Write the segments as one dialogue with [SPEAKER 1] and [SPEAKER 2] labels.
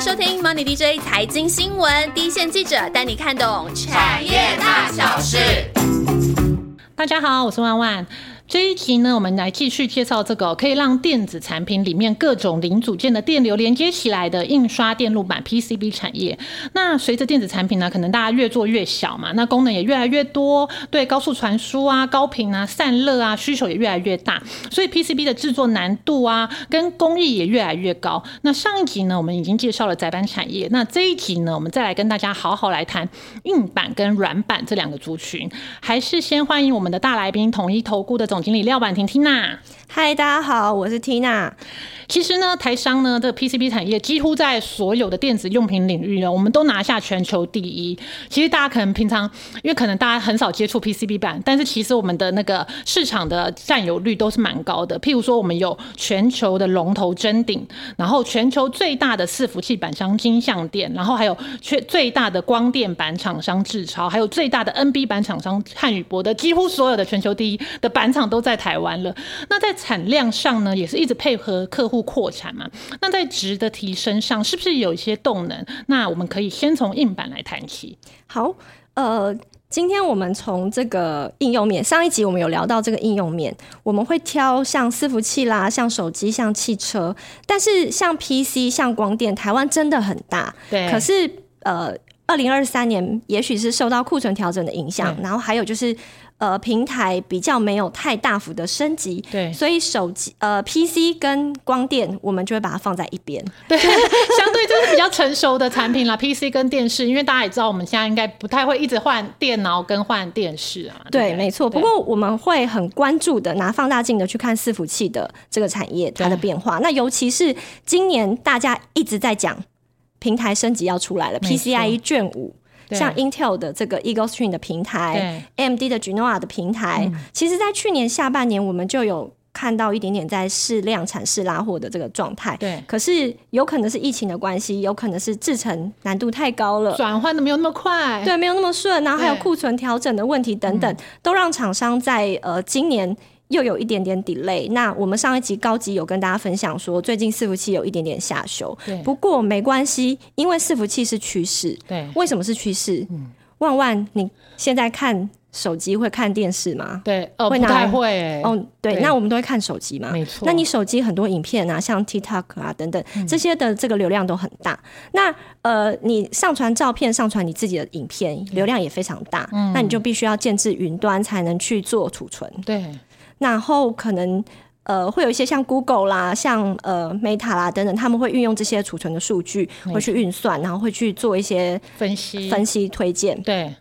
[SPEAKER 1] 收听 Money DJ 财经新闻，第一线记者带你看懂产业大小事。
[SPEAKER 2] 大家好，我是万万。这一集呢，我们来继续介绍这个可以让电子产品里面各种零组件的电流连接起来的印刷电路板 PCB 产业。那随着电子产品呢，可能大家越做越小嘛，那功能也越来越多，对高速传输啊、高频啊、散热啊需求也越来越大，所以 PCB 的制作难度啊跟工艺也越来越高。那上一集呢，我们已经介绍了载板产业，那这一集呢，我们再来跟大家好好来谈硬板跟软板这两个族群。还是先欢迎我们的大来宾统一投顾的总。经理廖婉婷缇娜，
[SPEAKER 3] 嗨，大家好，我是缇娜。
[SPEAKER 2] 其实呢，台商呢的 PCB 产业几乎在所有的电子用品领域呢，我们都拿下全球第一。其实大家可能平常，因为可能大家很少接触 PCB 板，但是其实我们的那个市场的占有率都是蛮高的。譬如说，我们有全球的龙头臻鼎，然后全球最大的伺服器板商金相电，然后还有最最大的光电板厂商智超，还有最大的 NB 板厂商汉语博的，几乎所有的全球第一的板厂。都在台湾了，那在产量上呢，也是一直配合客户扩产嘛。那在值的提升上，是不是有一些动能？那我们可以先从硬板来谈起。
[SPEAKER 3] 好，呃。今天我们从这个应用面，上一集我们有聊到这个应用面，我们会挑像伺服器啦、像手机、像汽车，但是像 PC、像光电，台湾真的很大。
[SPEAKER 2] 对，
[SPEAKER 3] 可是呃。二零二三年，也许是受到库存调整的影响，然后还有就是，呃，平台比较没有太大幅的升级，
[SPEAKER 2] 对，
[SPEAKER 3] 所以手机呃 PC 跟光电，我们就会把它放在一边，
[SPEAKER 2] 对， 相对就是比较成熟的产品啦 PC 跟电视，因为大家也知道，我们现在应该不太会一直换电脑跟换电视啊，
[SPEAKER 3] 对，對没错。不过我们会很关注的，拿放大镜的去看伺服器的这个产业它的变化，那尤其是今年大家一直在讲。平台升级要出来了，PCIe E 卷五，像 Intel 的这个 Eagle Stream 的平台，AMD 的 Genoa 的平台，嗯、其实，在去年下半年我们就有看到一点点在试量产、试拉货的这个状态。
[SPEAKER 2] 对，
[SPEAKER 3] 可是有可能是疫情的关系，有可能是制程难度太高了，
[SPEAKER 2] 转换的没有那么快，
[SPEAKER 3] 哎对，没嗯有那么顺，然后还有库存调整的问题等等，都让厂商在呃今年。又有一点点 delay。那我们上一集高级有跟大家分享说，最近伺服器有一点点下修，不过没关系，因为伺服器是趋势。
[SPEAKER 2] 对，
[SPEAKER 3] 为什么是趋势？嗯，万万，你现在看手机会看电视吗？
[SPEAKER 2] 对，哦，会拿不太会、欸。
[SPEAKER 3] 哦，对，對那我们都会看手机嘛，
[SPEAKER 2] 没错。
[SPEAKER 3] 那你手机很多影片啊，像 TikTok 啊等等这些的这个流量都很大。嗯、那呃，你上传照片、上传你自己的影片，流量也非常大。嗯，那你就必须要建置云端才能去做储存。
[SPEAKER 2] 对。
[SPEAKER 3] 然后可能呃会有一些像 Google 啦、像呃 Meta 啦等等，他们会运用这些储存的数据，会去运算，然后会去做一些
[SPEAKER 2] 分析、
[SPEAKER 3] 分析推荐。
[SPEAKER 2] 对，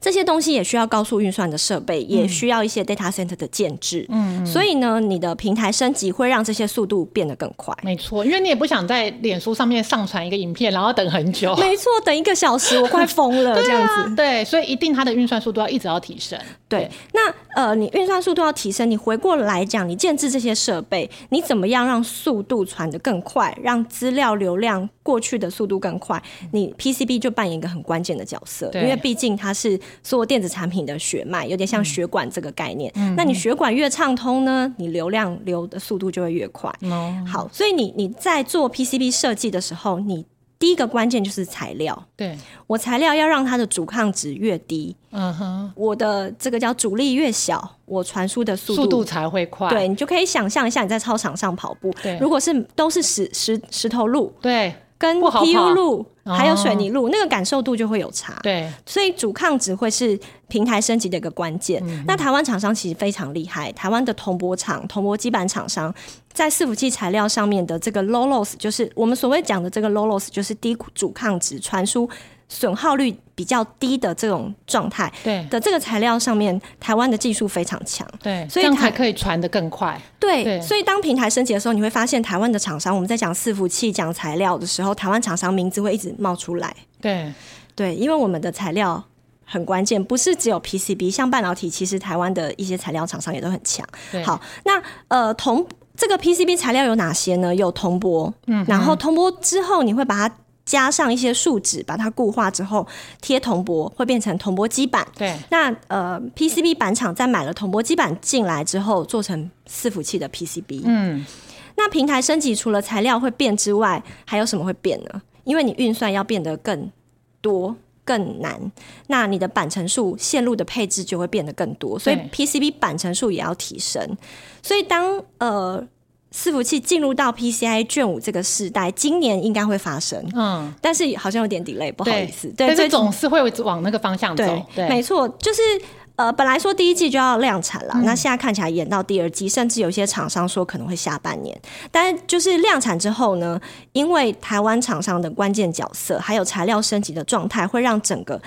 [SPEAKER 3] 这些东西也需要高速运算的设备，也需要一些 data center 的建制。
[SPEAKER 2] 嗯，
[SPEAKER 3] 所以呢，你的平台升级会让这些速度变得更快。
[SPEAKER 2] 没错，因为你也不想在脸书上面上传一个影片，然后等很久。
[SPEAKER 3] 没错，等一个小时我快疯了，这样子
[SPEAKER 2] 对、啊。对，所以一定它的运算速度要一直要提升。
[SPEAKER 3] 对，那呃，你运算速度要提升，你回过来讲，你建置这些设备，你怎么样让速度传得更快，让资料流量过去的速度更快？你 PCB 就扮演一个很关键的角色，因为毕竟它是所有电子产品的血脉，有点像血管这个概念。嗯、那你血管越畅通呢，你流量流的速度就会越快。
[SPEAKER 2] 嗯、
[SPEAKER 3] 好，所以你你在做 PCB 设计的时候，你第一个关键就是材料，
[SPEAKER 2] 对
[SPEAKER 3] 我材料要让它的阻抗值越低，
[SPEAKER 2] 嗯哼，
[SPEAKER 3] 我的这个叫阻力越小，我传输的速
[SPEAKER 2] 度速度才会快。
[SPEAKER 3] 对你就可以想象一下，你在操场上跑步，如果是都是石石石头路，
[SPEAKER 2] 对，
[SPEAKER 3] 跟 PU 路还有水泥路，那个感受度就会有差。
[SPEAKER 2] 哦对，
[SPEAKER 3] 所以阻抗值会是平台升级的一个关键。嗯、那台湾厂商其实非常厉害，台湾的铜箔厂、铜箔基板厂商。在伺服器材料上面的这个 low loss，就是我们所谓讲的这个 low loss，就是低阻抗值、传输损耗率比较低的这种状态。
[SPEAKER 2] 对
[SPEAKER 3] 的，这个材料上面，台湾的技术非常强。
[SPEAKER 2] 对，
[SPEAKER 3] 所以
[SPEAKER 2] 才可以传得更快。
[SPEAKER 3] 对，對所以当平台升级的时候，你会发现台湾的厂商，我们在讲伺服器、讲材料的时候，台湾厂商名字会一直冒出来。
[SPEAKER 2] 对，
[SPEAKER 3] 对，因为我们的材料。很关键，不是只有 PCB，像半导体，其实台湾的一些材料厂商也都很强。好，那呃铜这个 PCB 材料有哪些呢？有铜箔，
[SPEAKER 2] 嗯，
[SPEAKER 3] 然后铜箔之后你会把它加上一些树脂，把它固化之后贴铜箔，会变成铜箔基板。
[SPEAKER 2] 对，
[SPEAKER 3] 那呃 PCB 板厂在买了铜箔基板进来之后，做成伺服器的 PCB。
[SPEAKER 2] 嗯，
[SPEAKER 3] 那平台升级除了材料会变之外，还有什么会变呢？因为你运算要变得更多。更难，那你的板层数线路的配置就会变得更多，所以
[SPEAKER 2] 对
[SPEAKER 3] PCB 板层数也要提升。所以当呃伺服器进入到 PCI 卷五这个时代，今年应该会发生，
[SPEAKER 2] 嗯，
[SPEAKER 3] 但是好像有点 delay，不好意思。哦对，
[SPEAKER 2] 但
[SPEAKER 3] 所
[SPEAKER 2] 是
[SPEAKER 3] 以
[SPEAKER 2] 总是会往那个方向走
[SPEAKER 3] 对，，
[SPEAKER 2] 对，
[SPEAKER 3] 没错，就是呃，本来说第一季就要量产了，那现在看起来延到第二季，甚至有些厂商说可能会下半年。但是就是量产之后呢，因为台湾厂商的关键角色，还有材料升级的状态，会让整个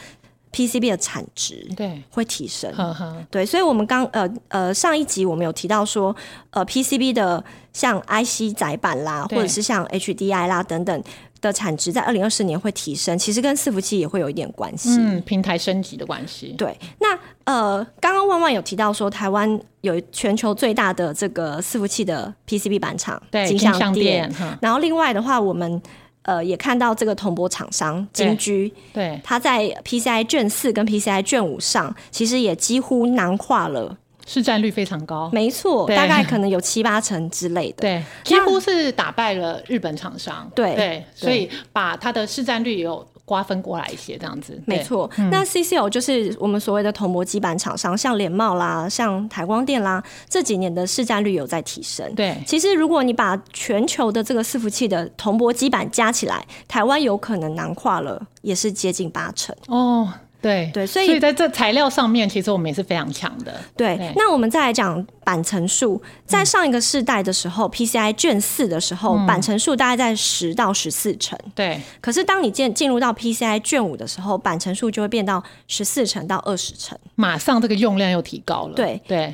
[SPEAKER 3] PCB 的产值
[SPEAKER 2] 对，
[SPEAKER 3] 会提升。
[SPEAKER 2] 呵呵，
[SPEAKER 3] 对，所以，我们刚呃呃上一集我们有提到说，呃 PCB 的像 IC 载板啦，或
[SPEAKER 2] 对
[SPEAKER 3] 者是像 HDI 啦等等的产值，在二零二四年会提升，其实跟伺服器也会有一点关系。
[SPEAKER 2] 嗯，平台升级的关系，
[SPEAKER 3] 对，那呃，刚刚万万有提到说，台湾有全球最大的这个伺服器的 PCB 板厂，
[SPEAKER 2] 对，金
[SPEAKER 3] 祥
[SPEAKER 2] 项店，哈，
[SPEAKER 3] 然后另外的话，我们呃也看到这个铜箔厂商
[SPEAKER 2] 对
[SPEAKER 3] 金居，
[SPEAKER 2] 对，
[SPEAKER 3] 它在 PCI 卷四跟 PCI 卷五上，其实也几乎囊括了，
[SPEAKER 2] 市占率非常高，
[SPEAKER 3] 没错，
[SPEAKER 2] 哦对
[SPEAKER 3] 大概可能有七八成之类的。
[SPEAKER 2] 对，几乎是打败了日本厂商，
[SPEAKER 3] 对
[SPEAKER 2] 对，所以把它的市占率也有瓜分过来一些，这样子，
[SPEAKER 3] 没
[SPEAKER 2] 对，嗯
[SPEAKER 3] 错，那 CCL 就是我们所谓的铜箔基板厂商，像联茂啦、像台光电啦，这几年的市占率有在提升。
[SPEAKER 2] 对，
[SPEAKER 3] 其实，如果你把全球的这个伺服器的铜箔基板加起来，台湾有可能囊括了，也是接近八成。
[SPEAKER 2] 哦，对，
[SPEAKER 3] 对，所
[SPEAKER 2] 所
[SPEAKER 3] 以
[SPEAKER 2] 以在这材料上面，其实我们也是非常强的，
[SPEAKER 3] 对
[SPEAKER 2] 对
[SPEAKER 3] 那我们再来讲板层数，在上一个世代的时候、p c i 卷四的时候，板层数大概在十到十四成。
[SPEAKER 2] 对，
[SPEAKER 3] 可是当你进进入到 PCI 卷五的时候，板层数就会变到十四成到二十成。
[SPEAKER 2] 马上这个用量又提高了，
[SPEAKER 3] 对
[SPEAKER 2] 对，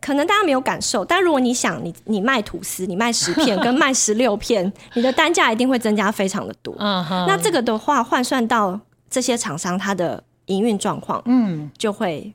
[SPEAKER 3] 可能大家没有感受，但如果你想你你卖吐司，你卖十片跟卖十六片，你的单价一定会增加非常的多。
[SPEAKER 2] 嗯哼，
[SPEAKER 3] 那这个的话，换算到这些厂商它的营运状况，
[SPEAKER 2] 嗯
[SPEAKER 3] 就会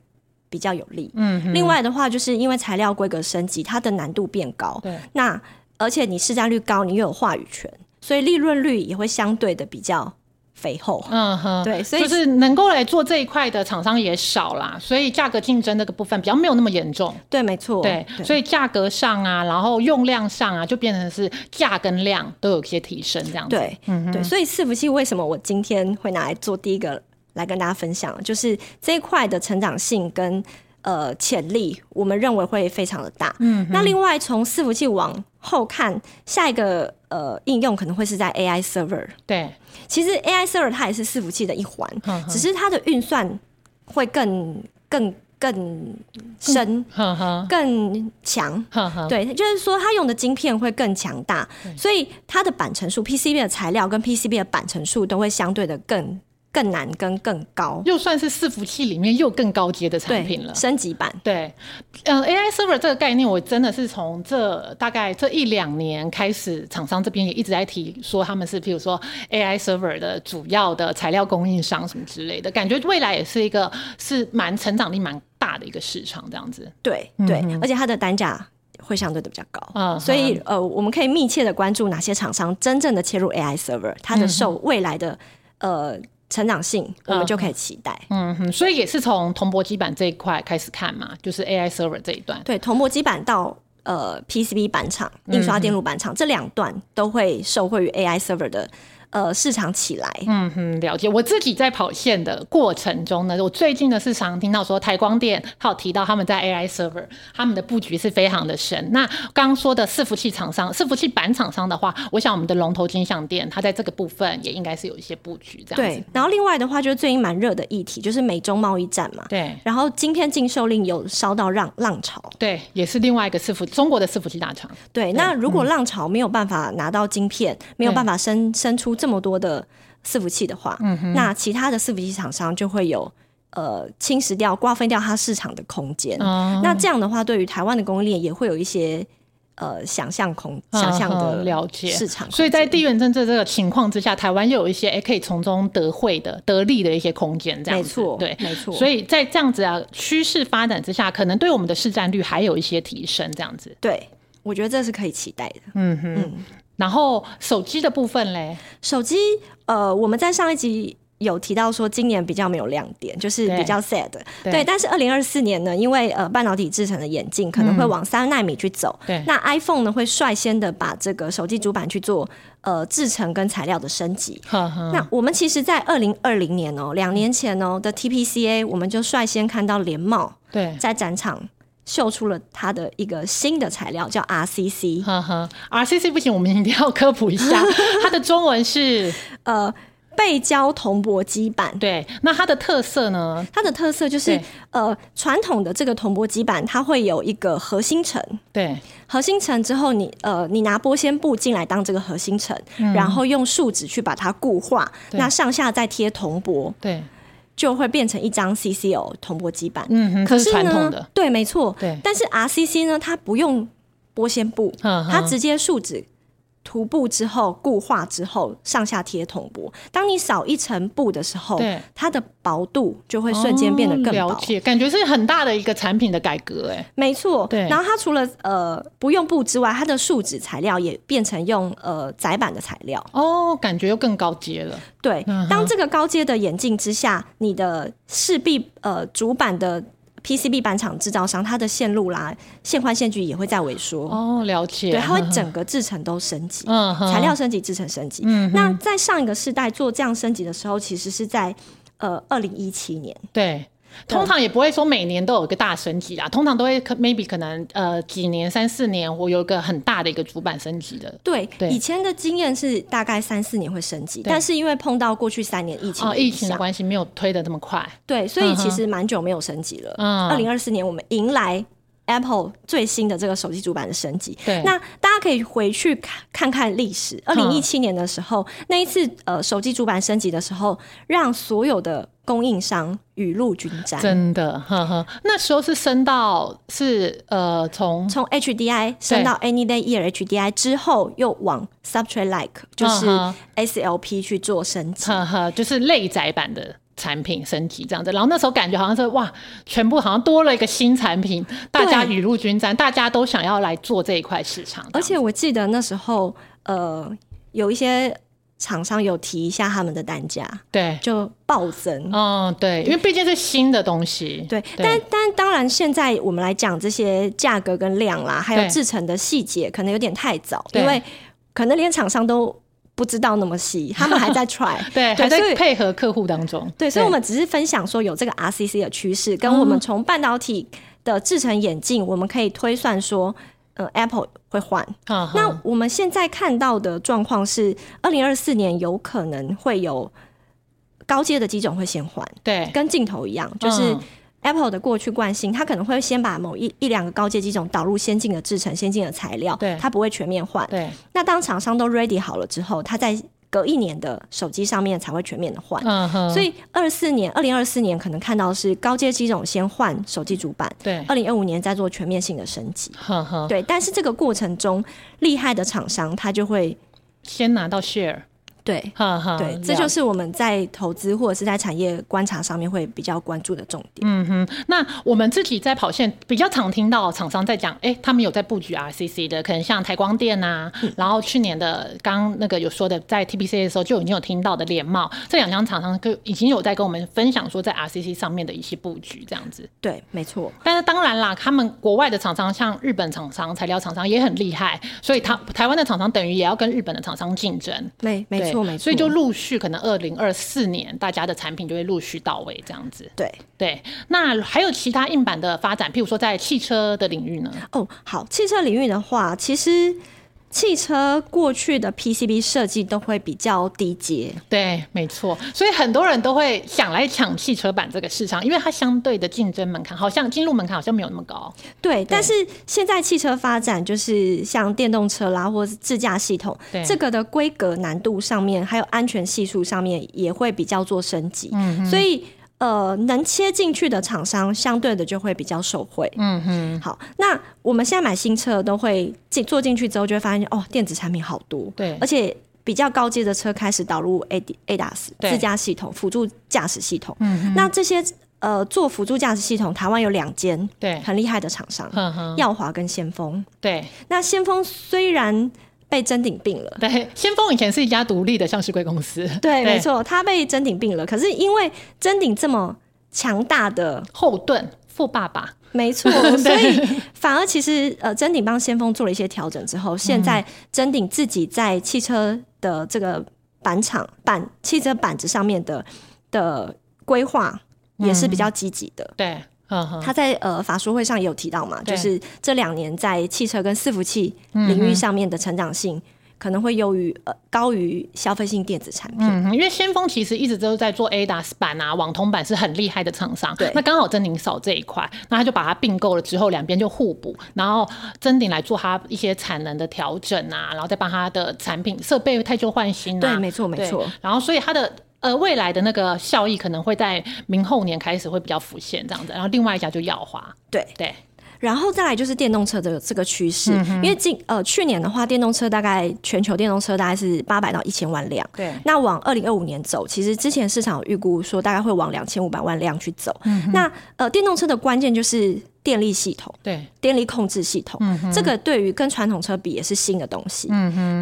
[SPEAKER 3] 比较有利。
[SPEAKER 2] 嗯哼，
[SPEAKER 3] 另外的话，就是因为材料规格升级，它的难度变高，
[SPEAKER 2] 对，
[SPEAKER 3] 那而且你市占率高，你又有话语权，所以利润率也会相对的比较肥厚。
[SPEAKER 2] 嗯哼，
[SPEAKER 3] 对所以
[SPEAKER 2] 就是能够来做这一块的厂商也少啦，所以价格竞争这个部分比较没有那么严重。
[SPEAKER 3] 对，没错。
[SPEAKER 2] 对，所以价格上啊，然后用量上啊，就变成是价跟量都有一些提升这样子。，
[SPEAKER 3] 对，
[SPEAKER 2] 嗯哼
[SPEAKER 3] 对，所以伺服器为什么我今天会拿来做第一个来跟大家分享，就是这一块的成长性跟呃潜力，我们认为会非常的大。嗯，那另外从伺服器往后看，下一个呃应用可能会是在 AI server。
[SPEAKER 2] 对，
[SPEAKER 3] 其实 AI server 它也是伺服器的一环，
[SPEAKER 2] 嗯哼哼
[SPEAKER 3] 只是它的运算会更更更深、
[SPEAKER 2] 呵呵
[SPEAKER 3] 更强。
[SPEAKER 2] 呵呵，
[SPEAKER 3] 对，就是说它用的晶片会更强大，所以它的板层数 PCB 的材料跟 PCB 的板层数都会相对的更更难跟更高，
[SPEAKER 2] 又算是伺服器里面又更高阶的产品
[SPEAKER 3] 对
[SPEAKER 2] 了，。
[SPEAKER 3] 升级版。
[SPEAKER 2] 对，嗯、a i server 这个概念，我真的是从这大概这一两年开始，厂商这边也一直在提说他们是，譬如说 AI server 的主要的材料供应商什么之类的，感觉未来也是一个是蛮成长力蛮大的一个市场这样子。
[SPEAKER 3] 对对，而且它的单价。会相对的比较高，
[SPEAKER 2] 嗯
[SPEAKER 3] 所以呃，我们可以密切的关注哪些厂商真正的切入 AI server，它的受
[SPEAKER 2] 嗯
[SPEAKER 3] 未来的、呃成长性，我们就可以期待。
[SPEAKER 2] 嗯哼，所以也是从铜箔基板这一块开始看嘛，就是 AI server 这一段。
[SPEAKER 3] 对，铜箔基板到呃 PCB 板厂、
[SPEAKER 2] 嗯
[SPEAKER 3] 印刷电路板厂、这两段都会受惠于 AI server 的呃市场起来。
[SPEAKER 2] 嗯哼，了解。我自己在跑线的过程中呢，我最近呢是常听到说台光电，还有提到他们在 AI server，他们的布局是非常的深。那刚刚说的伺服器厂商、伺服器板厂商的话，我想我们的龙头金像店，它在这个部分也应该是有一些布局这样
[SPEAKER 3] 对
[SPEAKER 2] 子。，
[SPEAKER 3] 然后另外的话就是最近蛮热的议题，就是美中贸易战嘛。
[SPEAKER 2] 对
[SPEAKER 3] 然后晶片禁售令有烧到浪浪潮，
[SPEAKER 2] 对，也是另外一个伺服中国的伺服器大厂。
[SPEAKER 3] 对。那如
[SPEAKER 2] 嗯
[SPEAKER 3] 果浪潮没有办法拿到晶片，没有办法生生出这么多的伺服器的话，
[SPEAKER 2] 嗯
[SPEAKER 3] 那其他的伺服器厂商就会有呃侵蚀掉、瓜分掉它市场的空间。
[SPEAKER 2] 嗯，
[SPEAKER 3] 那这样的话，对于台湾的供应链也会有一些呃想象空、
[SPEAKER 2] 嗯
[SPEAKER 3] 想象
[SPEAKER 2] 嗯
[SPEAKER 3] 的
[SPEAKER 2] 了解
[SPEAKER 3] 市场空间。
[SPEAKER 2] 所以在地缘政治这个情况之下，台湾又有一些哎、诶可以从中得惠的、得利的一些空间，这样
[SPEAKER 3] 没
[SPEAKER 2] 子
[SPEAKER 3] 错，
[SPEAKER 2] 对。
[SPEAKER 3] 没错，
[SPEAKER 2] 所以在这样子啊趋势发展之下，可能对我们的市占率还有一些提升，这样子。嗯
[SPEAKER 3] 对。我觉得这是可以期待的。
[SPEAKER 2] 然后手机的部分嘞，
[SPEAKER 3] 手机，呃，我们在上一集有提到说，今年比较没有亮点，就是
[SPEAKER 2] 对
[SPEAKER 3] 比较 sad。
[SPEAKER 2] 对
[SPEAKER 3] 对，但是二零二四年呢，因为呃半导体制成的眼镜可能会往三纳米去走，
[SPEAKER 2] 对
[SPEAKER 3] 那 iPhone 呢会率先的把这个手机主板去做呃制成跟材料的升级。
[SPEAKER 2] 呵呵
[SPEAKER 3] 那我们其实，在二零二零年哦，两年前哦的 TPCA，我们就率先看到联茂
[SPEAKER 2] 对，
[SPEAKER 3] 在展场秀出了它的一个新的材料，叫 RCC。
[SPEAKER 2] 呵呵，RCC 不行，我们一定要科普一 下，它的中文是
[SPEAKER 3] 呃背胶铜箔基板。
[SPEAKER 2] 对，那它的特色呢？
[SPEAKER 3] 它的特色就是
[SPEAKER 2] 对，
[SPEAKER 3] 呃，传统的这个铜箔基板，它会有一个核心层，
[SPEAKER 2] 对，
[SPEAKER 3] 核心层之后你，呃，你拿玻纤布进来当这个核心层，然后用树脂去把它固化，
[SPEAKER 2] 嗯对
[SPEAKER 3] 那上下再贴铜箔，
[SPEAKER 2] 对，
[SPEAKER 3] 就会变成一张 CCO 铜箔基板。
[SPEAKER 2] 嗯哼，
[SPEAKER 3] 可
[SPEAKER 2] 这是传统
[SPEAKER 3] 呢
[SPEAKER 2] 的，，
[SPEAKER 3] 对，没错，
[SPEAKER 2] 对
[SPEAKER 3] 但是 RCC 呢，它不用玻纤布，
[SPEAKER 2] 嗯哼
[SPEAKER 3] 它直接树脂涂布之后固化之后上下贴铜箔。当你少一层布的时候
[SPEAKER 2] 对，
[SPEAKER 3] 它的薄度就会瞬间变得
[SPEAKER 2] 哦
[SPEAKER 3] 更
[SPEAKER 2] 了
[SPEAKER 3] 薄。
[SPEAKER 2] 解，感觉是很大的一个产品的改革，哎，
[SPEAKER 3] 没错，
[SPEAKER 2] 对
[SPEAKER 3] 然后它除了呃不用布之外，它的树脂材料也变成用呃窄板的材料。
[SPEAKER 2] 哦，感觉又更高阶了，
[SPEAKER 3] 对，
[SPEAKER 2] 嗯哼
[SPEAKER 3] 当这个高阶的眼镜之下，你的势必呃主板的 PCB 板厂制造商，它的线路啦、线宽线距也会在萎缩。
[SPEAKER 2] 哦，了解，
[SPEAKER 3] 对，它会
[SPEAKER 2] 嗯哼
[SPEAKER 3] 整个制成都升级，
[SPEAKER 2] 嗯哼嗯
[SPEAKER 3] 材料升级、制成升级。那在上一个世代做这样升级的时候，其实是在呃二零一七年。
[SPEAKER 2] 对。
[SPEAKER 3] 对啊
[SPEAKER 2] 通常也不会说每年都有一个大升级啦，通常都会可 maybe 可能呃几年三四年我有一个很大的一个主板升级的
[SPEAKER 3] 对，
[SPEAKER 2] 对
[SPEAKER 3] 以前的经验是大概三四年会升级，
[SPEAKER 2] 对
[SPEAKER 3] 但是因为碰到过去三年疫情
[SPEAKER 2] 哦，
[SPEAKER 3] 的影
[SPEAKER 2] 疫情的
[SPEAKER 3] 响，
[SPEAKER 2] 关系没有推的这么快，
[SPEAKER 3] 对，所以其
[SPEAKER 2] 嗯哼
[SPEAKER 3] 实蛮久没有升级了。
[SPEAKER 2] 嗯
[SPEAKER 3] 二零二四年我们迎来 Apple 最新的这个手机主板的升级。
[SPEAKER 2] 对嗯
[SPEAKER 3] 那大家可以回去看看看历史。二零一七年的时候，那一次呃手机主板升级的时候，让所有的供应商雨露均沾。
[SPEAKER 2] 真的，呵呵，那时候是升到是呃从
[SPEAKER 3] 从 HDI 升到 Any Day Year HDI 之后，又往 Substrate Like 就是
[SPEAKER 2] 嗯
[SPEAKER 3] SLP 去做升级。
[SPEAKER 2] 呵呵就是类宅版的产品升级这样子，然后那时候感觉好像是哇，全部好像多了一个新产品，大家雨露均沾，大家都想要来做这一块市场，
[SPEAKER 3] 而且我记得那时候，呃，有一些厂商有提一下他们的单价，
[SPEAKER 2] 对，
[SPEAKER 3] 就暴增。
[SPEAKER 2] 嗯对，因为毕竟是新的东西，
[SPEAKER 3] 对，但但当然，现在我们来讲这些价格跟量啦，还
[SPEAKER 2] 对
[SPEAKER 3] 有制成的细节，可能有点太早，
[SPEAKER 2] 对
[SPEAKER 3] 因为可能连厂商都不知道那么 细，他们还在 try，
[SPEAKER 2] 对，还
[SPEAKER 3] 对，所
[SPEAKER 2] 在
[SPEAKER 3] 以
[SPEAKER 2] 配合客户当中。
[SPEAKER 3] 对，所以我们只是分享说有这个 RCC 的趋势，
[SPEAKER 2] 嗯
[SPEAKER 3] 跟我们从半导体的制成眼镜，我们可以推算说，呃，Apple 会换。
[SPEAKER 2] 嗯哼
[SPEAKER 3] 那我们现在看到的状况是，二零二四年有可能会有高阶的机种会先换，
[SPEAKER 2] 对，
[SPEAKER 3] 跟镜头一样，就是
[SPEAKER 2] 嗯
[SPEAKER 3] Apple 的过去惯性，它可能会先把某一一两个高阶机种导入先进的制成、先进的材料
[SPEAKER 2] 对，
[SPEAKER 3] 它不会全面换。
[SPEAKER 2] 对，
[SPEAKER 3] 那当厂商都 ready 好了之后，它在隔一年的手机上面才会全面的换。
[SPEAKER 2] 嗯哼，
[SPEAKER 3] 所以二四年、二零二四年可能看到是高阶机种先换手机主板，
[SPEAKER 2] 对，嗯
[SPEAKER 3] 二零二五年再做全面性的升级。
[SPEAKER 2] 呵呵，
[SPEAKER 3] 对，但是这个过程中，厉害的厂商他就会
[SPEAKER 2] 先拿到 share，
[SPEAKER 3] 对
[SPEAKER 2] 呵呵，
[SPEAKER 3] 对，这
[SPEAKER 2] 嗯了
[SPEAKER 3] 就是我们在投资或者是在产业观察上面会比较关注的重点。
[SPEAKER 2] 嗯那我们自己在跑线比较常听到厂商在讲，哎、他们有在布局 RCC 的，可能像台光电啊，
[SPEAKER 3] 嗯
[SPEAKER 2] 然后去年的刚那个有说的，在 TPC 的时候就已经有听到的联茂，这两家厂商就已经有在跟我们分享说在 RCC 上面的一些布局这样子。
[SPEAKER 3] 对，没错。
[SPEAKER 2] 但是当然啦，他们国外的厂商，像日本厂商、材料厂商也很厉害，所以他台湾的厂商等于也要跟日本的厂商竞争。
[SPEAKER 3] 没没错
[SPEAKER 2] 对
[SPEAKER 3] 没错，
[SPEAKER 2] 所以就陆续可能二零二四年大家的产品就会陆续到位这样子。
[SPEAKER 3] 对
[SPEAKER 2] 对，那还有其他硬板的发展，譬如说在汽车的领域呢？
[SPEAKER 3] 哦。好，汽车领域的话，其实汽车过去的 PCB 设计都会比较低阶，
[SPEAKER 2] 对，没错，所以很多人都会想来抢汽车版这个市场，因为它相对的竞争门槛好像进入门槛好像没有那么高。
[SPEAKER 3] 对，但是现在汽车发展就是像电动车啦，或是自驾系统
[SPEAKER 2] 对，
[SPEAKER 3] 这个的规格难度上面，还有安全系数上面也会比较做升级，
[SPEAKER 2] 嗯
[SPEAKER 3] 所以。呃，能切进去的厂商相对的就会比较受惠。
[SPEAKER 2] 嗯哼，
[SPEAKER 3] 好，那我们现在买新车都会进坐进去之后，就会发现哦，电子产品好多，
[SPEAKER 2] 对
[SPEAKER 3] 而且比较高阶的车开始导入 A D A D A S
[SPEAKER 2] 对嗯
[SPEAKER 3] 自驾系统、辅助驾驶系统。那这些呃做辅助驾驶系统，台湾有两间
[SPEAKER 2] 对，嗯
[SPEAKER 3] 很厉害的厂商，
[SPEAKER 2] 呵呵，
[SPEAKER 3] 耀华跟先锋。
[SPEAKER 2] 对
[SPEAKER 3] 那先锋虽然被真顶病了。
[SPEAKER 2] 对，先锋以前是一家独立的上市贵公司，
[SPEAKER 3] 对，没，错，他被真顶病了。可是因为真顶这么强大的，
[SPEAKER 2] 后盾富爸爸，
[SPEAKER 3] 没错，所以反而其实呃，真顶帮先锋做了一些调整之后，现在真顶自己在汽车的这个板厂板汽车板子上面的的规划也是比较积极的。
[SPEAKER 2] 对，嗯哼，
[SPEAKER 3] 他在呃法说会上也有提到嘛，
[SPEAKER 2] 对
[SPEAKER 3] 就是这两年在汽车跟伺服器领域上面的成长性可能会优于呃高于消费性电子产品。
[SPEAKER 2] 嗯，因为先锋其实一直都在做 ADAS 版啊、网通版是很厉害的厂商。
[SPEAKER 3] 对
[SPEAKER 2] 那刚好真鼎少这一块，那他就把它并购了之后，两边就互补，然后真鼎来做它一些产能的调整啊，然后再帮它的产品设备太旧换新啊。
[SPEAKER 3] 对，没错，没
[SPEAKER 2] 对
[SPEAKER 3] 错。。
[SPEAKER 2] 然后所以它的。呃，未来的那个效益可能会在明后年开始会比较浮现这样子，然后另外一家就耀华，
[SPEAKER 3] 对
[SPEAKER 2] 对，
[SPEAKER 3] 然后再来就是电动车的这个趋势，因为近呃去年的话，电动车大概全球电动车大概是八百到一千万辆。
[SPEAKER 2] 对
[SPEAKER 3] 那往二零二五年走，其实之前市场有预估说大概会往两千五百万辆去走。那呃，电动车的关键就是电力系统。
[SPEAKER 2] 对，
[SPEAKER 3] 电力控制系统，
[SPEAKER 2] 嗯
[SPEAKER 3] 这个对于跟传统车比也是新的东西。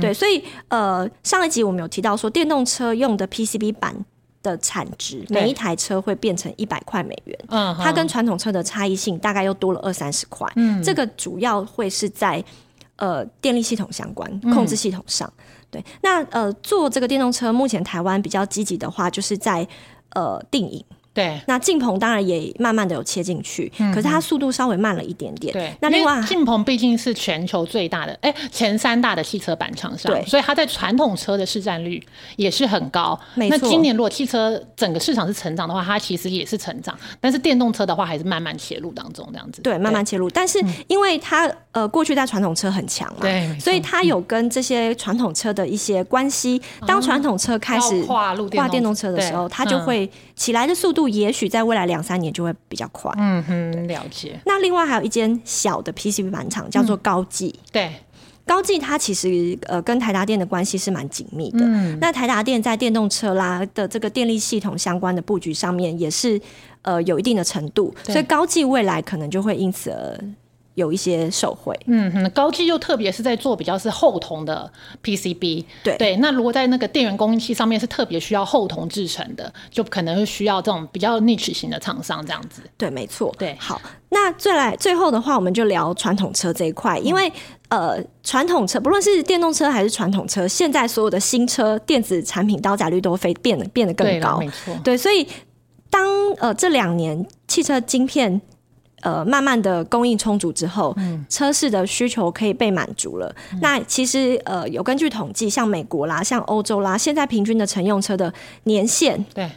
[SPEAKER 3] 对，所以呃，上一集我们有提到说，电动车用的 PCB 板的产值，
[SPEAKER 2] 对
[SPEAKER 3] 每一台车会变成一百块美元，
[SPEAKER 2] 嗯嗯哼，
[SPEAKER 3] 它跟传统车的差异性大概又多了二三十块。这个主要会是在呃电力系统相关、
[SPEAKER 2] 嗯
[SPEAKER 3] 控制系统上。对，那呃做这个电动车，目前台湾比较积极的话，就是在呃定影。
[SPEAKER 2] 对
[SPEAKER 3] 那进鹏当然也慢慢的有切进去，可是它速度稍微慢了一点点。
[SPEAKER 2] 嗯对，
[SPEAKER 3] 那另外
[SPEAKER 2] 因为。劲鹏毕竟是全球最大的，哎、前三大的汽车板厂商，
[SPEAKER 3] 对
[SPEAKER 2] 所以它在传统车的市占率也是很高。
[SPEAKER 3] 没
[SPEAKER 2] 那
[SPEAKER 3] 错
[SPEAKER 2] 今年如果汽车整个市场是成长的话，它其实也是成长，但是电动车的话还是慢慢切入当中这样子。
[SPEAKER 3] 对，慢慢切入，但是因为它呃过去在传统车很强嘛，
[SPEAKER 2] 嗯对没错哦
[SPEAKER 3] 所以它有跟这些传统车的一些关系。当传统车开始
[SPEAKER 2] 要跨入电
[SPEAKER 3] 跨
[SPEAKER 2] 动
[SPEAKER 3] 电动车的时候，
[SPEAKER 2] 对
[SPEAKER 3] 它就
[SPEAKER 2] 嗯
[SPEAKER 3] 会起来的速度，也许在未来两三年就会比较快。
[SPEAKER 2] 嗯哼，了解。
[SPEAKER 3] 那另外还有一间小的 PCB 板厂叫
[SPEAKER 2] 嗯
[SPEAKER 3] 做高技，
[SPEAKER 2] 对，
[SPEAKER 3] 高技它其实呃跟台达电的关系是蛮紧密的。
[SPEAKER 2] 嗯
[SPEAKER 3] 那台达电在电动车啦的这个电力系统相关的布局上面也是呃有一定的程度，
[SPEAKER 2] 对
[SPEAKER 3] 所以高技未来可能就会因此而有一些受惠。
[SPEAKER 2] 嗯哼，高技又特别是在做比较是厚铜的 PCB，
[SPEAKER 3] 对
[SPEAKER 2] 那如果在那个电源供应器上面是特别需要厚铜制成的，就可能会需要这种比较 niche 型的厂商这样子。
[SPEAKER 3] 对，没错。
[SPEAKER 2] 对
[SPEAKER 3] 好，那最来最后的话，我们就聊传统车这一
[SPEAKER 2] 嗯
[SPEAKER 3] 块，因为、呃，传统车不论是电动车还是传统车，现在所有的新车电子产品到载率都非变得变得更
[SPEAKER 2] 对啦
[SPEAKER 3] 高
[SPEAKER 2] 没。错。
[SPEAKER 3] 对，所以当呃这两年汽车晶片呃慢慢的供应充足之后，车市的需求可以被满足了。那其实呃有根据统计，像美国啦、像欧洲啦，现在平均的乘用车的年限
[SPEAKER 2] 对，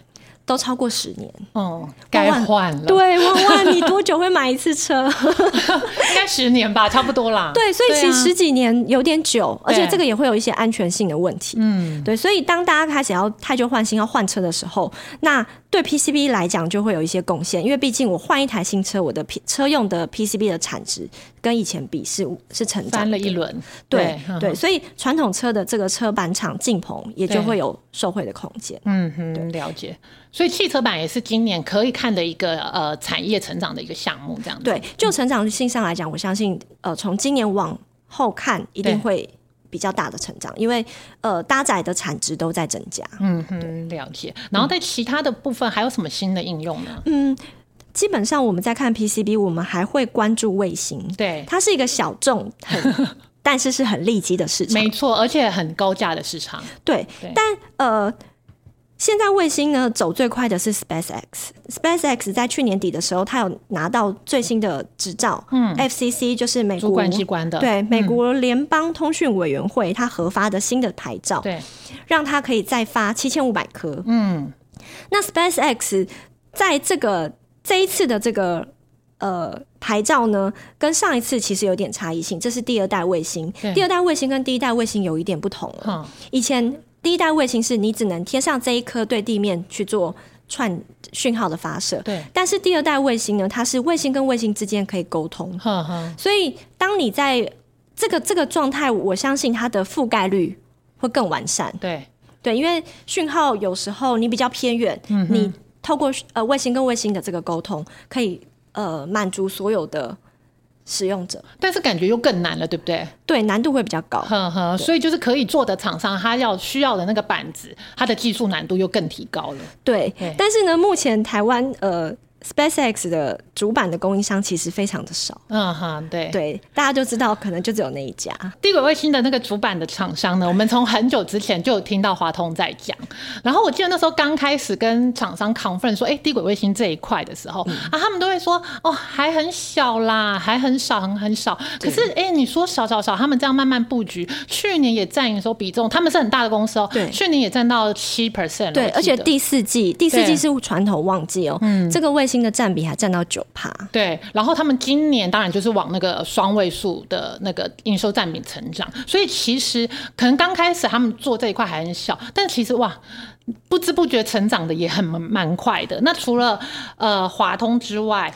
[SPEAKER 3] 都超过十年。
[SPEAKER 2] 哦、该
[SPEAKER 3] 万
[SPEAKER 2] 换了。
[SPEAKER 3] 对，问问你多久会买一次车？
[SPEAKER 2] 应该十年吧，差不多啦。
[SPEAKER 3] 对，所以其实
[SPEAKER 2] 啊
[SPEAKER 3] 十几年有点久，而且
[SPEAKER 2] 对
[SPEAKER 3] 这个也会有一些安全性的问题。
[SPEAKER 2] 嗯，
[SPEAKER 3] 对，所以当大家开始要太旧换新、要换车的时候，那对 PCB 来讲就会有一些贡献，因为毕竟我换一台新车，我的 P 车用的 PCB 的产值跟以前比是是成长
[SPEAKER 2] 翻
[SPEAKER 3] 的
[SPEAKER 2] 了一。轮。
[SPEAKER 3] 对
[SPEAKER 2] 嗯
[SPEAKER 3] 对，所以传统车的这个车板厂进棚也就
[SPEAKER 2] 对
[SPEAKER 3] 会有受惠的空间。
[SPEAKER 2] 嗯哼，了解。所以汽车版也是今年可以看的一个呃产业成长的一个项目，这样子。
[SPEAKER 3] 对，就成长性上来讲，我相信呃，从今年往后看，一定
[SPEAKER 2] 对
[SPEAKER 3] 会比较大的成长，因为呃，搭载的产值都在增加。
[SPEAKER 2] 嗯哼，了解。然后在其他的部分还有什么新的应用
[SPEAKER 3] 嗯
[SPEAKER 2] 呢？
[SPEAKER 3] 基本上我们在看 PCB，我们还会关注卫星，
[SPEAKER 2] 对，
[SPEAKER 3] 它是一个小众， 很但是是很利基的市场
[SPEAKER 2] 没。错，而且很高价的市场。
[SPEAKER 3] 对，
[SPEAKER 2] 对
[SPEAKER 3] 但呃，现在卫星呢走最快的是 SpaceX。SpaceX 在去年底的时候，它有拿到最新的执照，嗯，FCC 就是美国
[SPEAKER 2] 主管机关的。嗯
[SPEAKER 3] 对美国联邦通讯委员会它核发的新的牌照，
[SPEAKER 2] 对
[SPEAKER 3] 让它可以再发七千五百颗。
[SPEAKER 2] 嗯，
[SPEAKER 3] 那 SpaceX 在这个这一次的这个呃牌照呢，跟上一次其实有点差异性，这是第二代卫星
[SPEAKER 2] 对。
[SPEAKER 3] 第二代卫星跟第一代卫星有一点不同了。
[SPEAKER 2] 哼，
[SPEAKER 3] 以前第一代卫星是你只能贴上这一颗对地面去做串讯号的发射，
[SPEAKER 2] 对，
[SPEAKER 3] 但是第二代卫星呢，它是卫星跟卫星之间可以沟通，
[SPEAKER 2] 哼哼，
[SPEAKER 3] 所以当你在这个这个状态，我相信它的覆盖率会更完善。
[SPEAKER 2] 对
[SPEAKER 3] 对，因为讯号有时候你比较偏远，
[SPEAKER 2] 嗯
[SPEAKER 3] 你透过呃卫星跟卫星的这个沟通，可以呃满足所有的使用者，
[SPEAKER 2] 但是感觉又更难了，对不对？
[SPEAKER 3] 对难度会比较高。
[SPEAKER 2] 呵呵，所以就是可以做的厂商，他要需要的那个板子，它的技术难度又更提高了。
[SPEAKER 3] 对
[SPEAKER 2] 对，
[SPEAKER 3] 但是呢，目前台湾呃 SpaceX 的主板的供应商其实非常的少。
[SPEAKER 2] 嗯哼，对。
[SPEAKER 3] 对，大家就知道，可能就只有那一家。
[SPEAKER 2] 低轨卫星的那个主板的厂商呢，我们从很久之前就有听到华通在讲，然后我记得那时候刚开始跟厂商 conference 说，哎、低轨卫星这一块的时候、
[SPEAKER 3] 嗯
[SPEAKER 2] 啊，他们都会说，哦，还很小啦，还很少，很很少。可是哎、你说少少少，他们这样慢慢布局，去年也占营收比重，他们是很大的公司哦，
[SPEAKER 3] 对
[SPEAKER 2] 去年也占到七 percent，
[SPEAKER 3] 对，而且第四季，第四
[SPEAKER 2] 对嗯
[SPEAKER 3] 季是传统旺季哦，这个卫星的占比还占到九趴。
[SPEAKER 2] 对，然后他们今年当然就是往那个双位数的那个营收占比成长，所以其实可能刚开始他们做这一块还很小，但其实哇，不知不觉成长的也很蛮蛮快的。那除了呃华通之外，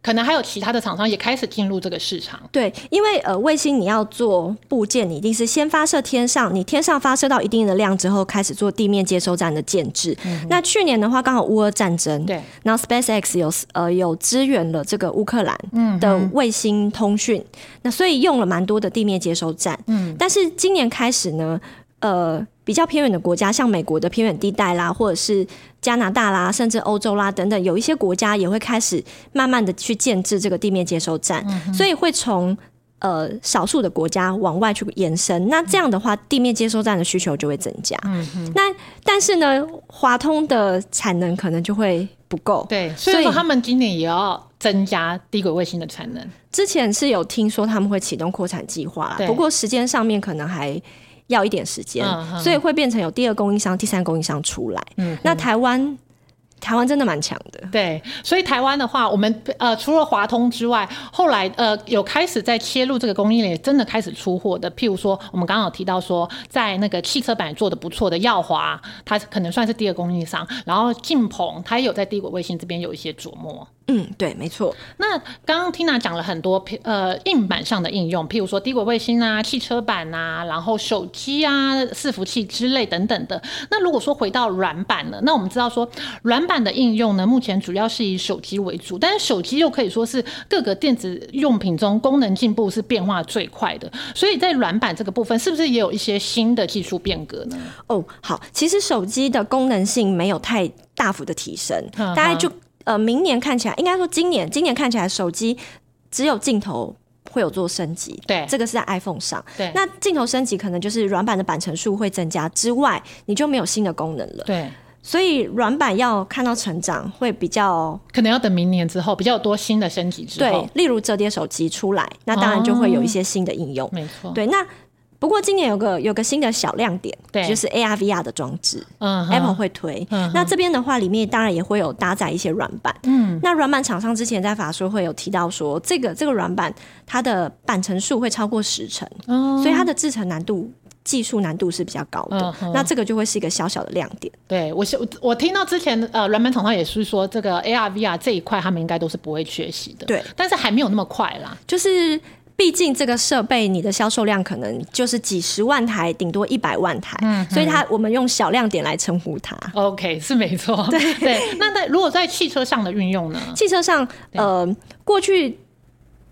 [SPEAKER 2] 可能还有其他的厂商也开始进入这个市场。
[SPEAKER 3] 对，因为呃，卫星你要做部件，你一定是先发射天上，你天上发射到一定的量之后，开始做地面接收站的建制。那去年的话，刚好乌俄战争，
[SPEAKER 2] 对，
[SPEAKER 3] 然后 SpaceX 有呃有支援了这个乌克兰的卫星通讯，那所以用了蛮多的地面接收站。嗯，但是今年开始呢，呃。比较偏远的国家，像美国的偏远地带啦，或者是加拿大啦，甚至欧洲啦等等，有一些国家也会开始慢慢的去建制这个地面接收站，所以会从呃少数的国家往外去延伸。那这样的话，地面接收站的需求就会增加。那但是呢，华通的产能可能就会不够。
[SPEAKER 2] 对，所
[SPEAKER 3] 所以
[SPEAKER 2] 以说他们今年也要增加低轨卫星的产能。
[SPEAKER 3] 之前是有听说他们会启动扩产计划啦
[SPEAKER 2] 对，
[SPEAKER 3] 不过时间上面可能还。要一点时间
[SPEAKER 2] 嗯嗯
[SPEAKER 3] 所以会变成有第二供应商、第三供应商出来。
[SPEAKER 2] 嗯
[SPEAKER 3] 那台湾，台湾真的蛮强的。
[SPEAKER 2] 对，所以台湾的话，我们呃除了华通之外，后来呃有开始在切入这个供应链，真的开始出货的。譬如说，我们刚刚有提到说，在那个汽车板做的不错的耀华，它可能算是第二供应商，然后晋鹏它也有在低轨卫星这边有一些琢磨。
[SPEAKER 3] 嗯，对，没错。
[SPEAKER 2] 那刚刚 Tina 讲了很多譬呃硬板上的应用，譬如说低轨卫星啊、汽车板啊，然后手机啊、伺服器之类等等的。那如果说回到软板呢，那我们知道说软板的应用呢，目前主要是以手机为主，但是手机又可以说是各个电子用品中功能进步是变化最快的，所以在软板这个部分，是不是也有一些新的技术变革呢？
[SPEAKER 3] 哦，好，其实手机的功能性没有太大幅的提升，
[SPEAKER 2] 嗯哼
[SPEAKER 3] 大概就呃，明年看起来，应该说今年，今年看起来手机只有镜头。会有做升级，
[SPEAKER 2] 对
[SPEAKER 3] 这个是在 iPhone 上。
[SPEAKER 2] 对
[SPEAKER 3] 那镜头升级可能就是软板的板层数会增加之外，你就没有新的功能了。
[SPEAKER 2] 对。
[SPEAKER 3] 所以软板要看到成长会比较
[SPEAKER 2] 可能要等明年之后比较多新的升级之后
[SPEAKER 3] 对，，例如折叠手机出来，那当然就会有一些新的应用。
[SPEAKER 2] 没错，
[SPEAKER 3] 对，那不过今年有个有个新的小亮点，
[SPEAKER 2] 对
[SPEAKER 3] 就是 AR VR 的装置。
[SPEAKER 2] 嗯哼
[SPEAKER 3] Apple 会推。
[SPEAKER 2] 嗯哼
[SPEAKER 3] 那这边的话，里面当然也会有搭载一些软板。嗯，那软板厂商之前在法说会有提到说，这个这个软板它的板层数会超过十层，
[SPEAKER 2] 哦
[SPEAKER 3] 所以它的制程难度。技术难度是比较高的
[SPEAKER 2] 嗯，哼
[SPEAKER 3] 那这个就会是一个小小的亮点。
[SPEAKER 2] 对我是我我听到之前呃，软板厂商也是说这个 AR VR 这一块他们应该都是不会缺席的，
[SPEAKER 3] 对，
[SPEAKER 2] 但是还没有那么快啦。
[SPEAKER 3] 就是毕竟这个设备你的销售量可能就是几十万台，顶多一百万台，所以它我们用小亮点来称呼它。
[SPEAKER 2] 嗯 OK，是没错，对那在如果在汽车上的运用呢？
[SPEAKER 3] 汽车上，呃，过去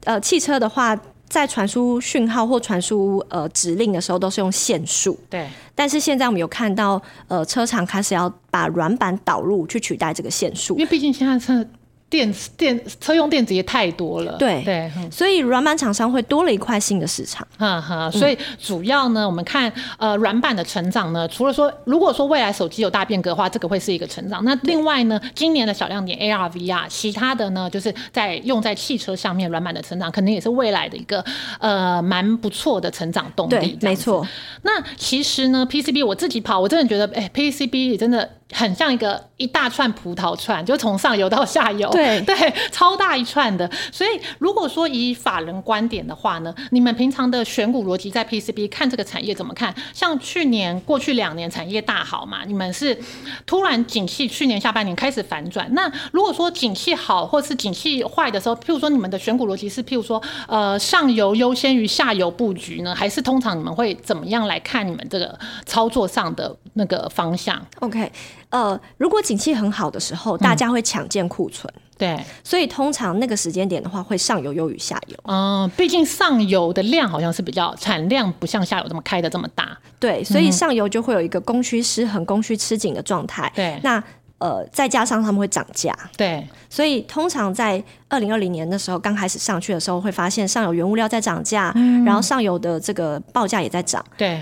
[SPEAKER 3] 呃汽车的话，在传输讯号或传输呃指令的时候，都是用线束。
[SPEAKER 2] 对，
[SPEAKER 3] 但是现在我们有看到，呃，车厂开始要把软板导入去取代这个线束
[SPEAKER 2] 因，为毕竟现在车电电车用电子也太多了，
[SPEAKER 3] 对
[SPEAKER 2] 对，嗯
[SPEAKER 3] 所以软板厂商会多了一块新的市场。
[SPEAKER 2] 哈
[SPEAKER 3] 嗯
[SPEAKER 2] 哈，所以主要呢，我们看呃软板的成长呢，除了说如果说未来手机有大变革的话，这个会是一个成长。那另外呢，今年的小亮点 AR、VR，其啊他的呢，就是在用在汽车上面软板的成长，可能也是未来的一个呃蛮不错的成长动力。
[SPEAKER 3] 对，没。错，
[SPEAKER 2] 那其实呢，PCB 我自己跑，我真的觉得，哎、p c b 真的很像一个一大串葡萄串，就从上游到下游，
[SPEAKER 3] 对
[SPEAKER 2] 对，超大一串的。所以如果说以法人观点的话呢，你们平常的选股逻辑在 PCB 看这个产业怎么看？像去年过去两年产业大好嘛，你们是突然景气去年下半年开始反转。那如果说景气好或是景气坏的时候，譬如说你们的选股逻辑是譬如说呃上游优先于下游布局呢，还是通常你们会怎么样来看你们这个操作上的那个方向？
[SPEAKER 3] OK，呃，如果景气很好的时候，大家会抢建库存，
[SPEAKER 2] 对，
[SPEAKER 3] 所以通常那个时间点的话，会上游优于下游。
[SPEAKER 2] 嗯，毕竟上游的量好像是比较产量不像下游这么开的这么大，
[SPEAKER 3] 对，所以上游就会有一个供需失衡、供需吃紧的状态。
[SPEAKER 2] 对
[SPEAKER 3] 那呃，再加上他们会涨价，
[SPEAKER 2] 对，
[SPEAKER 3] 所以通常在二零二零年的时候刚开始上去的时候，会发现上游原物料在涨价，
[SPEAKER 2] 嗯
[SPEAKER 3] 然后上游的这个报价也在涨。
[SPEAKER 2] 对，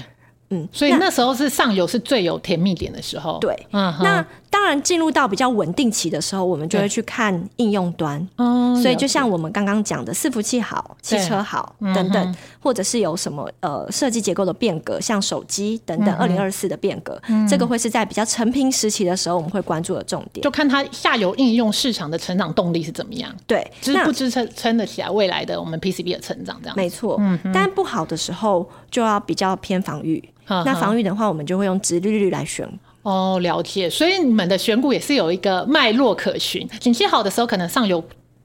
[SPEAKER 3] 嗯，
[SPEAKER 2] 所以那时候是上游是最有甜蜜点的时候，
[SPEAKER 3] 对
[SPEAKER 2] 嗯哼，
[SPEAKER 3] 那当然进入到比较稳定期的时候，我们就会去看应用端。
[SPEAKER 2] 嗯，
[SPEAKER 3] 所以就像我们刚刚讲的，伺服器好，汽
[SPEAKER 2] 对
[SPEAKER 3] 车好
[SPEAKER 2] 嗯哼
[SPEAKER 3] 等等，或者是有什么呃设计结构的变革，像手机等
[SPEAKER 2] 嗯
[SPEAKER 3] 等，二零二四的变革，这个会是在比较成平时期的时候我们会关注的重点
[SPEAKER 2] 就。看它下游应用市场的成长动力是怎么样，
[SPEAKER 3] 对，
[SPEAKER 2] 支
[SPEAKER 3] 那
[SPEAKER 2] 不支撑撑得起来未来的我们 PCB 的成长这样，
[SPEAKER 3] 没错，
[SPEAKER 2] 嗯
[SPEAKER 3] 但不好的时候就要比较偏防御。
[SPEAKER 2] 嗯哼
[SPEAKER 3] 那防御的话，我们就会用直利率来选
[SPEAKER 2] 哦，了解。所以你们的选股也是有一个脉络可循，景气好的时候可能上游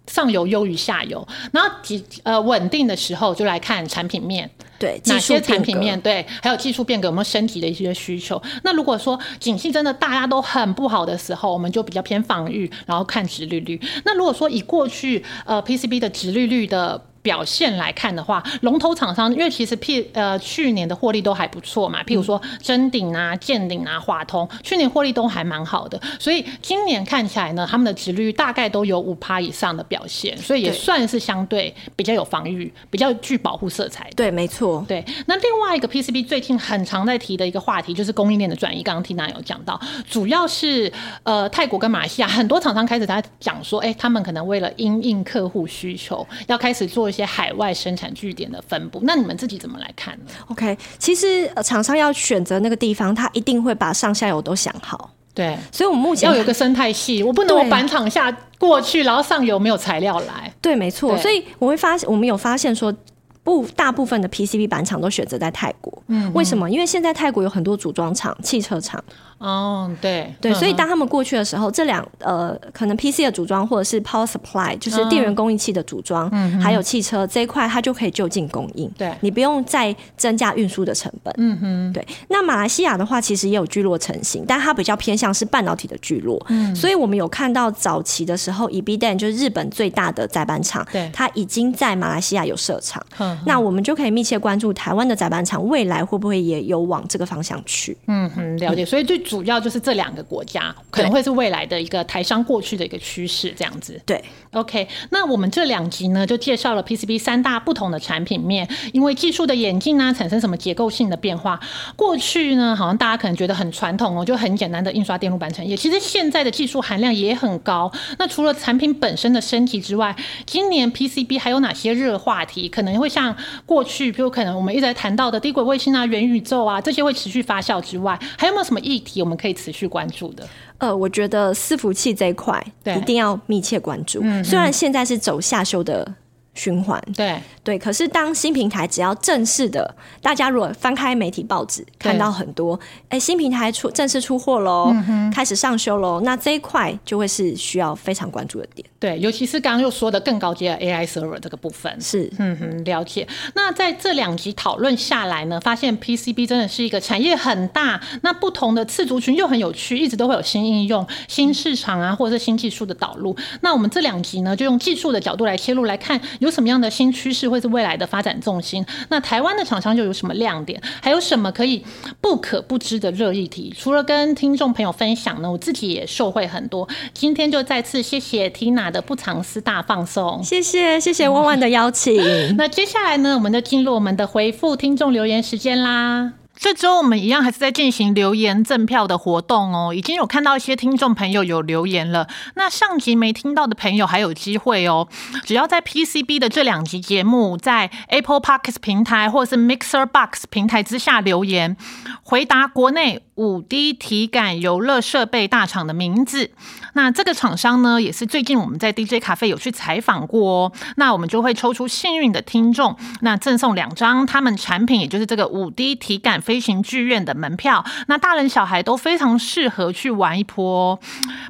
[SPEAKER 2] 上游优于下游，然后几呃稳定的时候就来看产品面，
[SPEAKER 3] 对技
[SPEAKER 2] 哪
[SPEAKER 3] 术
[SPEAKER 2] 些
[SPEAKER 3] 变
[SPEAKER 2] 产
[SPEAKER 3] 革
[SPEAKER 2] 品面对，还有技术变革有没有升级的一些需求。那如果说景气真的大家都很不好的时候，我们就比较偏防御，然后看值利率。那如果说以过去呃 PCB 的值利率的表现来看的话，龙头厂商因为其实 P 呃去年的获利都还不错嘛，譬
[SPEAKER 3] 嗯
[SPEAKER 2] 如说臻鼎啊、建鼎啊、华通，去年获利都还蛮好的，所以今年看起来呢，他们的值利率大概都有五趴以上的表现，所以也
[SPEAKER 3] 对
[SPEAKER 2] 算是相对比较有防御、比较具保护色彩的。
[SPEAKER 3] 对，没错，
[SPEAKER 2] 对，那另外一个 PCB 最近很常在提的一个话题就是供应链的转移，刚刚 Tina 有讲到，主要是呃泰国跟马来西亚很多厂商开始在讲说，哎、他们可能为了因应客户需求，要开始做一些海外生产据点的分布。那你们自己怎么来看呢？
[SPEAKER 3] OK，其实呃厂商要选择那个地方，他一定会把上下游都想好。
[SPEAKER 2] 对，
[SPEAKER 3] 所以我们目前
[SPEAKER 2] 要有个生态系，我不能
[SPEAKER 3] 对
[SPEAKER 2] 我板厂下过去，然后上游没有材料来。
[SPEAKER 3] 对，没错。
[SPEAKER 2] 对
[SPEAKER 3] 所以我会发现，我们有发现说。不，大部分的 PCB 板厂都选择在泰国。嗯，为什么？因为现在泰国有很多组装厂、汽车厂，
[SPEAKER 2] 哦，对
[SPEAKER 3] 对，所以
[SPEAKER 2] 嗯
[SPEAKER 3] 当他们过去的时候，这两呃，可能 PC 的组装或者是 Power Supply，就是
[SPEAKER 2] 嗯
[SPEAKER 3] 电源供应器的组装，还有汽车这一块，它就可以就近供应。
[SPEAKER 2] 对
[SPEAKER 3] 你不用再增加运输的成本。嗯哼，对。那马来西亚的话，其实也有聚落成型，但它比较偏向是半导体的聚落。嗯，所以我们有看到早期的时候 e b d a n 就是日本最大的载板厂，
[SPEAKER 2] 对
[SPEAKER 3] 它已经在马来西亚有设厂。
[SPEAKER 2] 嗯哼
[SPEAKER 3] 那我们就可以密切关注台湾的载板厂未来会不会也有往这个方向去。
[SPEAKER 2] 嗯哼，了解。所以最主要就是这两个国家可能会是未来的一个台商过去的一个趋势，这样子。
[SPEAKER 3] 对。
[SPEAKER 2] OK，那我们这两集呢，就介绍了 PCB 三大不同的产品面，因为技术的演进啊，产生什么结构性的变化。过去呢，好像大家可能觉得很传统哦，就很简单的印刷电路板产业，其实现在的技术含量也很高。那除了产品本身的升级之外，今年 PCB 还有哪些热话题？可能会像过去，比如可能我们一直在谈到的低轨卫星啊、元宇宙啊，这些会持续发酵之外，还有没有什么议题我们可以持续关注的？
[SPEAKER 3] 呃，我觉得伺服器这一块
[SPEAKER 2] 对
[SPEAKER 3] 一定要密切关注。虽然现在是走下修的循环，
[SPEAKER 2] 对，
[SPEAKER 3] 对，可是当新平台只要正式的，大家如果翻开媒体报纸，看到很多，哎、新平台出正式出货喽，开始上修喽，那这一块就会是需要非常关注的点。
[SPEAKER 2] 对，尤其是刚刚又说的更高阶的 AI server 这个部分。
[SPEAKER 3] 是，
[SPEAKER 2] 嗯哼，了解。那在这两集讨论下来呢，发现 PCB 真的是一个产业很大，那不同的次族群又很有趣，一直都会有新应用、新市场啊，或者是新技术的导入。那我们这两集呢，就用技术的角度来切入，来看有什么样的新趋势会是未来的发展重心。那台湾的厂商又有什么亮点？还有什么可以不可不知的热议题？除了跟听众朋友分享呢，我自己也受惠很多。今天就再次谢谢 Tina 的不藏私大放送。
[SPEAKER 3] 谢谢谢谢万万的邀请。
[SPEAKER 2] 那接下来呢，我们就进入我们的回复听众留言时间啦。这周我们一样还是在进行留言赠票的活动哦，已经有看到一些听众朋友有留言了。那上集没听到的朋友还有机会哦，只要在 PCB 的这两集节目，在 Apple Podcast 平台或是 Mixer Box 平台之下留言，回答国内五 D 体感游乐设备大厂的名字。那这个厂商呢，也是最近我们在 DJ 咖啡有去采访过哦。那我们就会抽出幸运的听众，那赠送两张他们产品，也就是这个五 D 体感飞行剧院的门票。那大人小孩都非常适合去玩一波哦、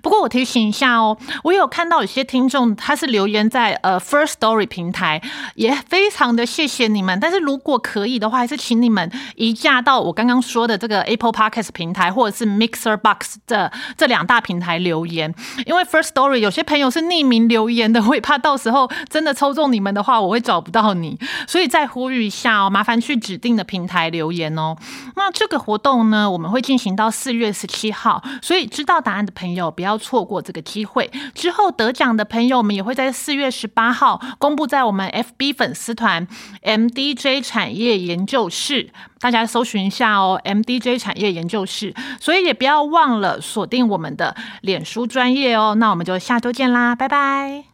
[SPEAKER 2] 不过我提醒一下哦，我有看到有些听众他是留言在呃 First Story 平台，也非常的谢谢你们。但是如果可以的话，还是请你们移驾到我刚刚说的这个 Apple Podcast 平。平台或者是 Mixer Box 这这两大平台留言，因为 First Story 有些朋友是匿名留言的，我也怕到时候真的抽中你们的话，我会找不到你，所以再呼吁一下哦，麻烦去指定的平台留言哦。那这个活动呢，我们会进行到四月十七号，所以知道答案的朋友不要错过这个机会。之后得奖的朋友们也会在四月十八号公布在我们 FB 粉丝团 MDJ 产业研究室，大家搜寻一下哦，MDJ 产业研究室。所以也不要忘了锁定我们的脸书专业哦。那我们就下周见啦，拜拜。